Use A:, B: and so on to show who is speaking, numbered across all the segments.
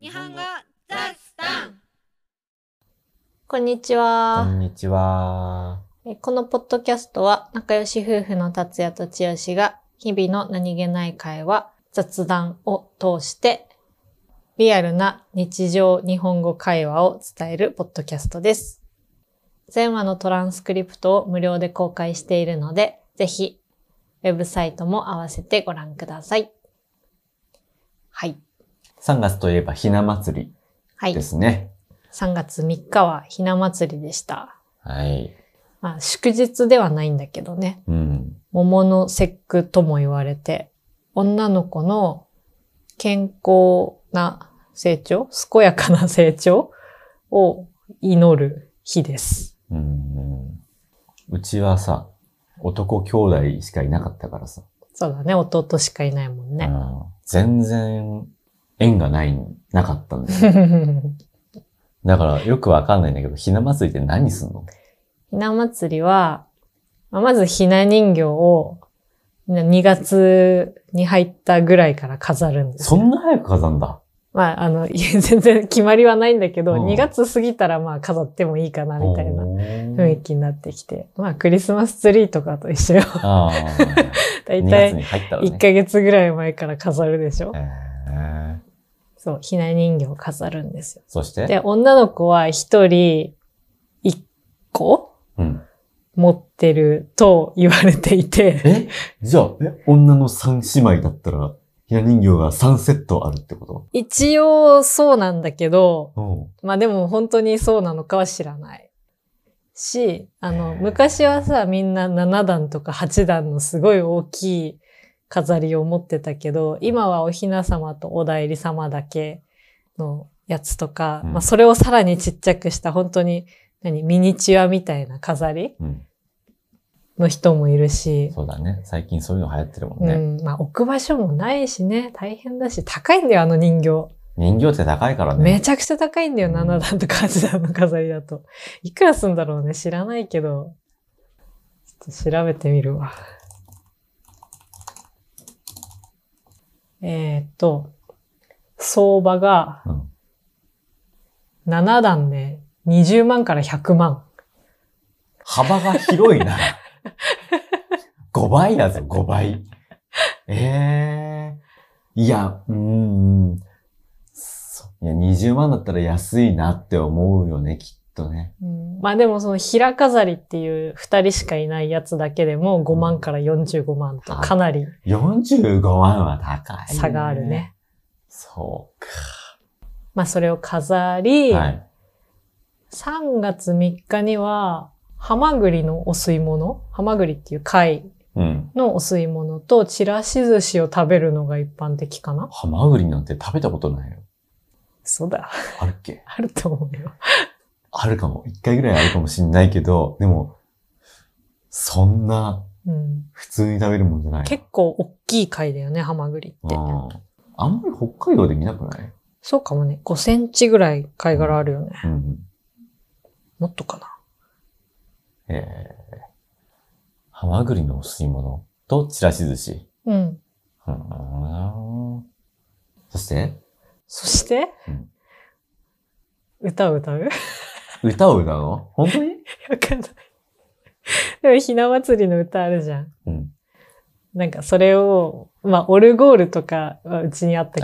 A: 日本語ザスタン
B: こんにち
C: こ
B: は。
C: んにちは。
B: えこのポッドキャストは仲良し夫婦の達也と千代が日々の何気ない会話、雑談を通してリアルな日常日本語会話を伝えるポッドキャストです。全話のトランスクリプトを無料で公開しているので、ぜひウェブサイトも合わせてご覧ください。はい。
C: 3月といえばひな祭
B: は
C: り
B: い
C: で。すね。
B: 3月3日はひな祭りでした。
C: はい。
B: まあ、祝日ではないんだけどね。
C: うん。
B: 桃の節句とも言われて、女の子の健康な成長、健やかな成長を祈る日です。
C: うん。うちはさ、男兄弟しかいなかったからさ。
B: そうだね、弟しかいないもん
C: う
B: ね。
C: ん全然縁がない、なかったんだよ。 だからよくわかんないんだけど、ひな祭りって何すんの
B: ひな祭りは、まあまずひな人形を2月に入ったぐらいから飾るんです
C: そ
B: よ。
C: んな早く飾んだ。
B: まあ、あの、いや全然決まりはないんだけど、
C: うん
B: 2月過ぎたらまあ飾ってもいいかな、みたいな。
C: おー
B: 雰囲気になってきて、まあクリスマスツリーとかと一緒よ。
C: ああ。
B: だい
C: 2
B: た
C: 月
B: い
C: に入ったらね。
B: 1ヶ月ぐらい前から飾るでしょ
C: え。ー
B: そう、ひな人形を飾るんですよ。
C: そし
B: で、
C: て、
B: 女の子は一人一個
C: うん、
B: 持ってると言われて いて、
C: えじゃあ、え女の三姉妹だったら、ひな人形が3セットあるってこと
B: 一応そうなんだけど、
C: うん。
B: まあでも本当にそうなのかは知らない。し、あの、
C: へー
B: 昔はさ、みんな7段とか8段のすごい大きい飾りを持ってたけど、今はお雛様とお代理様だけのやつとか、
C: うん
B: まあそれをさらにちっちゃくした本当に、何、ミニチュアみたいな飾り
C: うん。
B: の人もいるし、
C: そうだね。最近そういうの流行ってるもん
B: う
C: ね。
B: ん、まあ置く場所もないしね、大変だし、高いんだよ、あの人形。
C: 人形って高いからね。
B: めちゃくちゃ高いんだよ、
C: うん
B: 7段とか8段の飾りだと。いくらすんだろうね、知らないけど。ちょっと調べてみるわ。えーっと、相場が
C: うん
B: 7段で20万から100万。
C: 幅が広 いな。5倍やぞ、5倍。ええいや、うーん。そういや、20万だったら安いなって思うよね、きっとね。
B: まあでもその平飾りっていう2人しかいないやつだけでも5万から45万と
C: はい
B: かなり
C: 45万は高い、
B: 差があるね。。
C: そう
B: まあそれを飾り、
C: か。はい。
B: 3月3日には、ハマグリのお吸い物、ハマグリっていう貝
C: うん。
B: のお吸い物と、ちらし寿司を食べるのが一般的かな
C: ハマグリなんて食べたことないよ。
B: そうだ。
C: あるっけ
B: あると思う よ。
C: あるかも。一回ぐらいあるかもしんないけど、でも、そんな
B: うん、
C: 普通に食べるもんじゃない。
B: 結構大きい貝だよね、ハマグリって。
C: うんあんまり北海道で見なくない
B: そうかもね。5センチぐらい貝殻あるよね。
C: うん。
B: もっとかな。
C: えー、ハマグリのお吸い物とちらし寿司。
B: うん。
C: うーんそして、
B: そして、
C: うん
B: 歌を歌う
C: 歌を歌うの本当に
B: わかんない。でも、ひな祭りの歌あるじゃん。
C: うん。
B: なんかそれを、まあ、オルゴールとかはうちにあった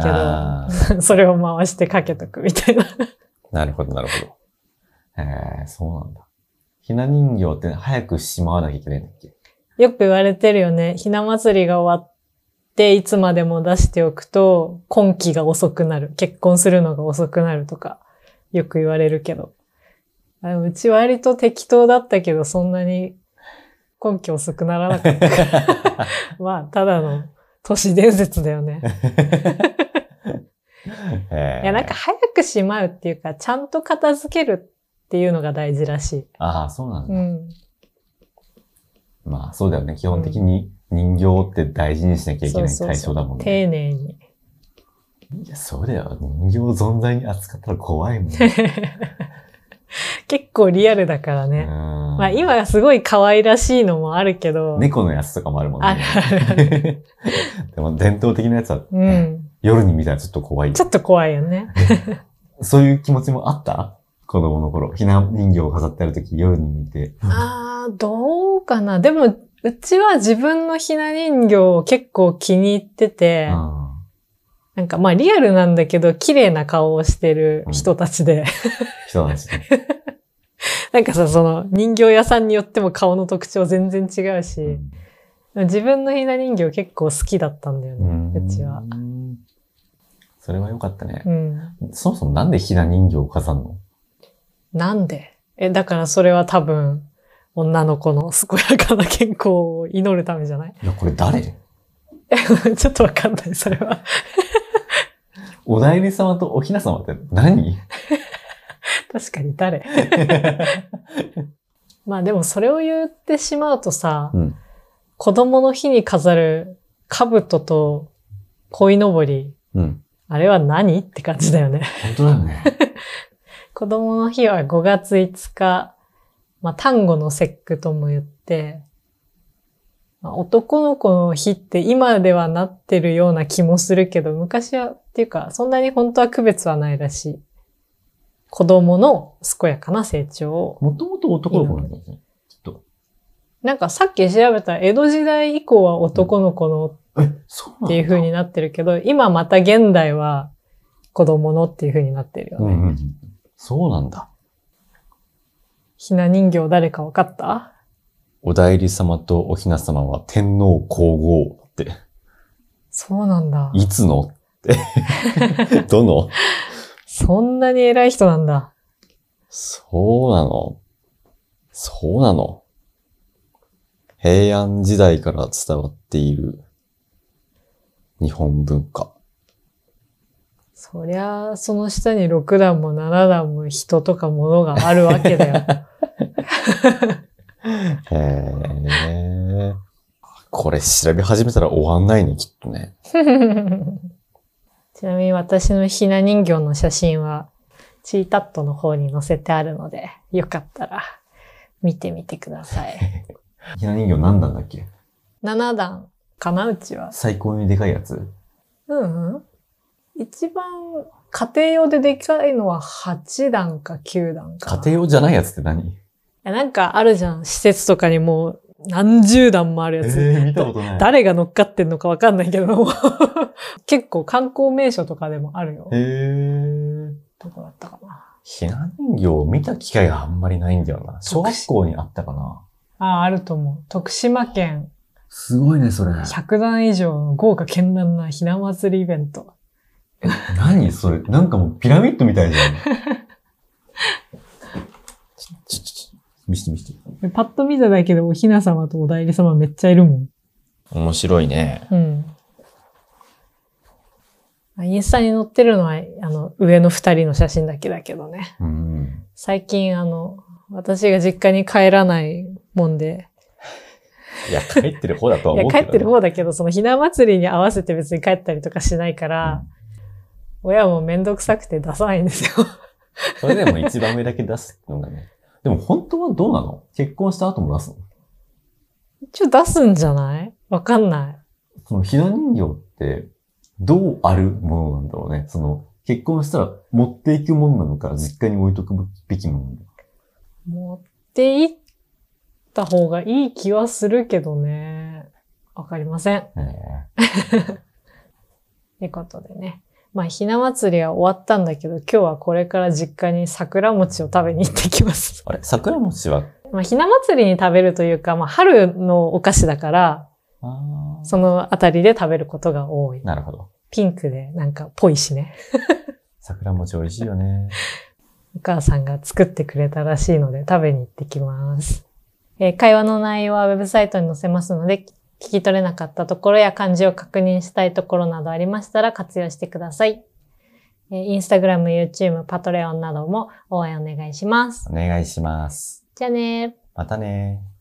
C: あ
B: け ど、それを回してかけとくみたいな。
C: なるほど、なるほど。えー、そうなんだ。ひな人形って早くしまわなきゃいけないんだっけ
B: よく言われてるよね。ひな祭りが終わって、いつまでも出しておくと、今期が遅くなる。結婚するのが遅くなるとか、よく言われるけど。あのうち割と適当だったけど、そんなに今期遅くならなかったから。まあ、ただの都市伝説だよね。
C: えー
B: いや、なんか。早くしまうっていうか、ちゃんと片付けるっていうのが大事らしい。
C: ああ、そうなんだ。
B: うん。
C: まあ、そうだよね。基本的に人形って大事にしなきゃいけない対象だもんね。
B: 丁寧に。
C: いや、そうだよ。人形を存在に扱ったら怖いもん。 ね、
B: 結構リアルだからね。まあ、今すごい可愛らしいのもあるけど。
C: 猫のやつとかもあるもん
B: ある
C: ね。でも伝統的なやつは、
B: うん。
C: 夜に見たらちょっと怖い。
B: ちょっと怖いよね。
C: そういう気持ちもあった子供の頃。ひな人形を飾ってある時、夜に見て。
B: ああ、どうかな。でも、うちは自分のひな人形を結構気に入ってて、
C: あ
B: なんかまあリアルなんだけど、綺麗な顔をしてる人たちで、
C: ー人たちね。
B: なんかさ、その人形屋さんによっても顔の特徴全然違うし、
C: うん
B: 自分のひな人形結構好きだったんだよね、うちは。。
C: んそれは良かったね
B: う。ん。
C: そもそもなんでひな人形を飾るの
B: なんでえ、だからそれは多分、女の子の健やかな健康を祈るためじゃない
C: いや、これ誰
B: ちょっとわかんない、それは。
C: おだいり様とおひな様って何
B: 確かに誰 まあでもそれを言ってしまうとさ、
C: うん
B: 子供の日に飾る兜と鯉のぼり、
C: うん。
B: あれは何って感じだよね。
C: 本当だよね。
B: 子供の日は5月5日、まあ単語の節句とも言って、まあ男の子の日って今ではなってるような気もするけど、昔は、っていうか、そんなに本当は区別はないらしい。子供の健やかな成長を
C: もともと男の子なんですね。きっと。
B: なんかさっき調べたら江戸時代以降は男の子の
C: え、そうなんだ。
B: っていう風になってるけど、今また現代は子供のっていう風になってるよ
C: う
B: ね。
C: んうんうん。そうなんだ。
B: ひな人形誰か分かった
C: お代理様とおひな様は天皇皇后って、
B: そうなんだ。
C: いつの って。どの
B: そんなに偉い人なんだ。
C: そうなのそうなの平安時代から伝わっている日本文化。
B: そりゃあ、その下に6段も7段も人とか物があるわけだよ。
C: へえ。これ調べ始めたら終わんないね、きっとね。
B: ちなみに私のひな人形の写真は、チータットの方に載せてあるので、よかったら見てみてくださ い。
C: ひな人形何なんだっけ
B: 7段かな、うちは。
C: 最高にでかいやつ
B: うん、うん。一番家庭用ででかいのは8段か9段か
C: 家
B: な。
C: 庭用じゃないやつって何
B: いやなんかあるじゃん。施設とかにもう何十段もある
C: え
B: やつ。
C: 見たことない。
B: 誰が乗っかってんのかわかんないけど、 結構観光名所とかでもあるよ。
C: へえ。
B: どこだったかな。
C: ひな人形を見た機会があんまりないんだよな。小学校にあったかな。
B: ああ、あると思う。徳島県
C: すごいね、それ。
B: 100段以上の豪華絢爛なひな祭りイベント。
C: 何それなんかもうピラミッドみたいじゃん。 ちょちょちょ見せて見せて。
B: パッと見ただけでおひな様とお代理様めっちゃいるもん。
C: 面白いね。
B: うん。インスタに載ってるのは、あの、上の二人の写真だけだけどね。
C: うん。
B: 最近、あの、私が実家に帰らないもんで、
C: いや、帰ってる方だとはい
B: や、
C: 思う
B: 帰
C: けど、ね。
B: ってる方だけど、そのひな祭りに合わせて別に帰ったりとかしないから、親もめんどくさくて出さないんですよ。
C: それでも一番上だけ出すのがね。でも本当はどうなの結婚した後も出すの
B: 一応出すんじゃないわかんない。
C: そのひな人形ってどうあるものなんだろうね。その結婚したら持っていくものなのか、実家に置いとくべきものなのか。
B: 持っていった方がいい気はするけどね。わかりません。
C: え
B: ってことでね。まあ、ひな祭りは終わったんだけど、今日はこれから実家に桜餅を食べに行ってきます。
C: あれ桜餅は、
B: まあ、ひな祭りに食べるというか、まあ、春のお菓子だから、
C: あー
B: そのあたりで食べることが多い。
C: なるほど。
B: ピンクでなんかぽいしね。
C: 桜餅美味しいよ ね。
B: お母さんが作ってくれたらしいので食べに行ってきます。えー会話の内容はウェブサイトに載せますので、聞き取れなかったところや漢字を確認したいところなどありましたら活用してください。えー、インスタグラム、YouTube、パトレオンなども応援お願いします。
C: お願いします。
B: じゃあねー。
C: またねー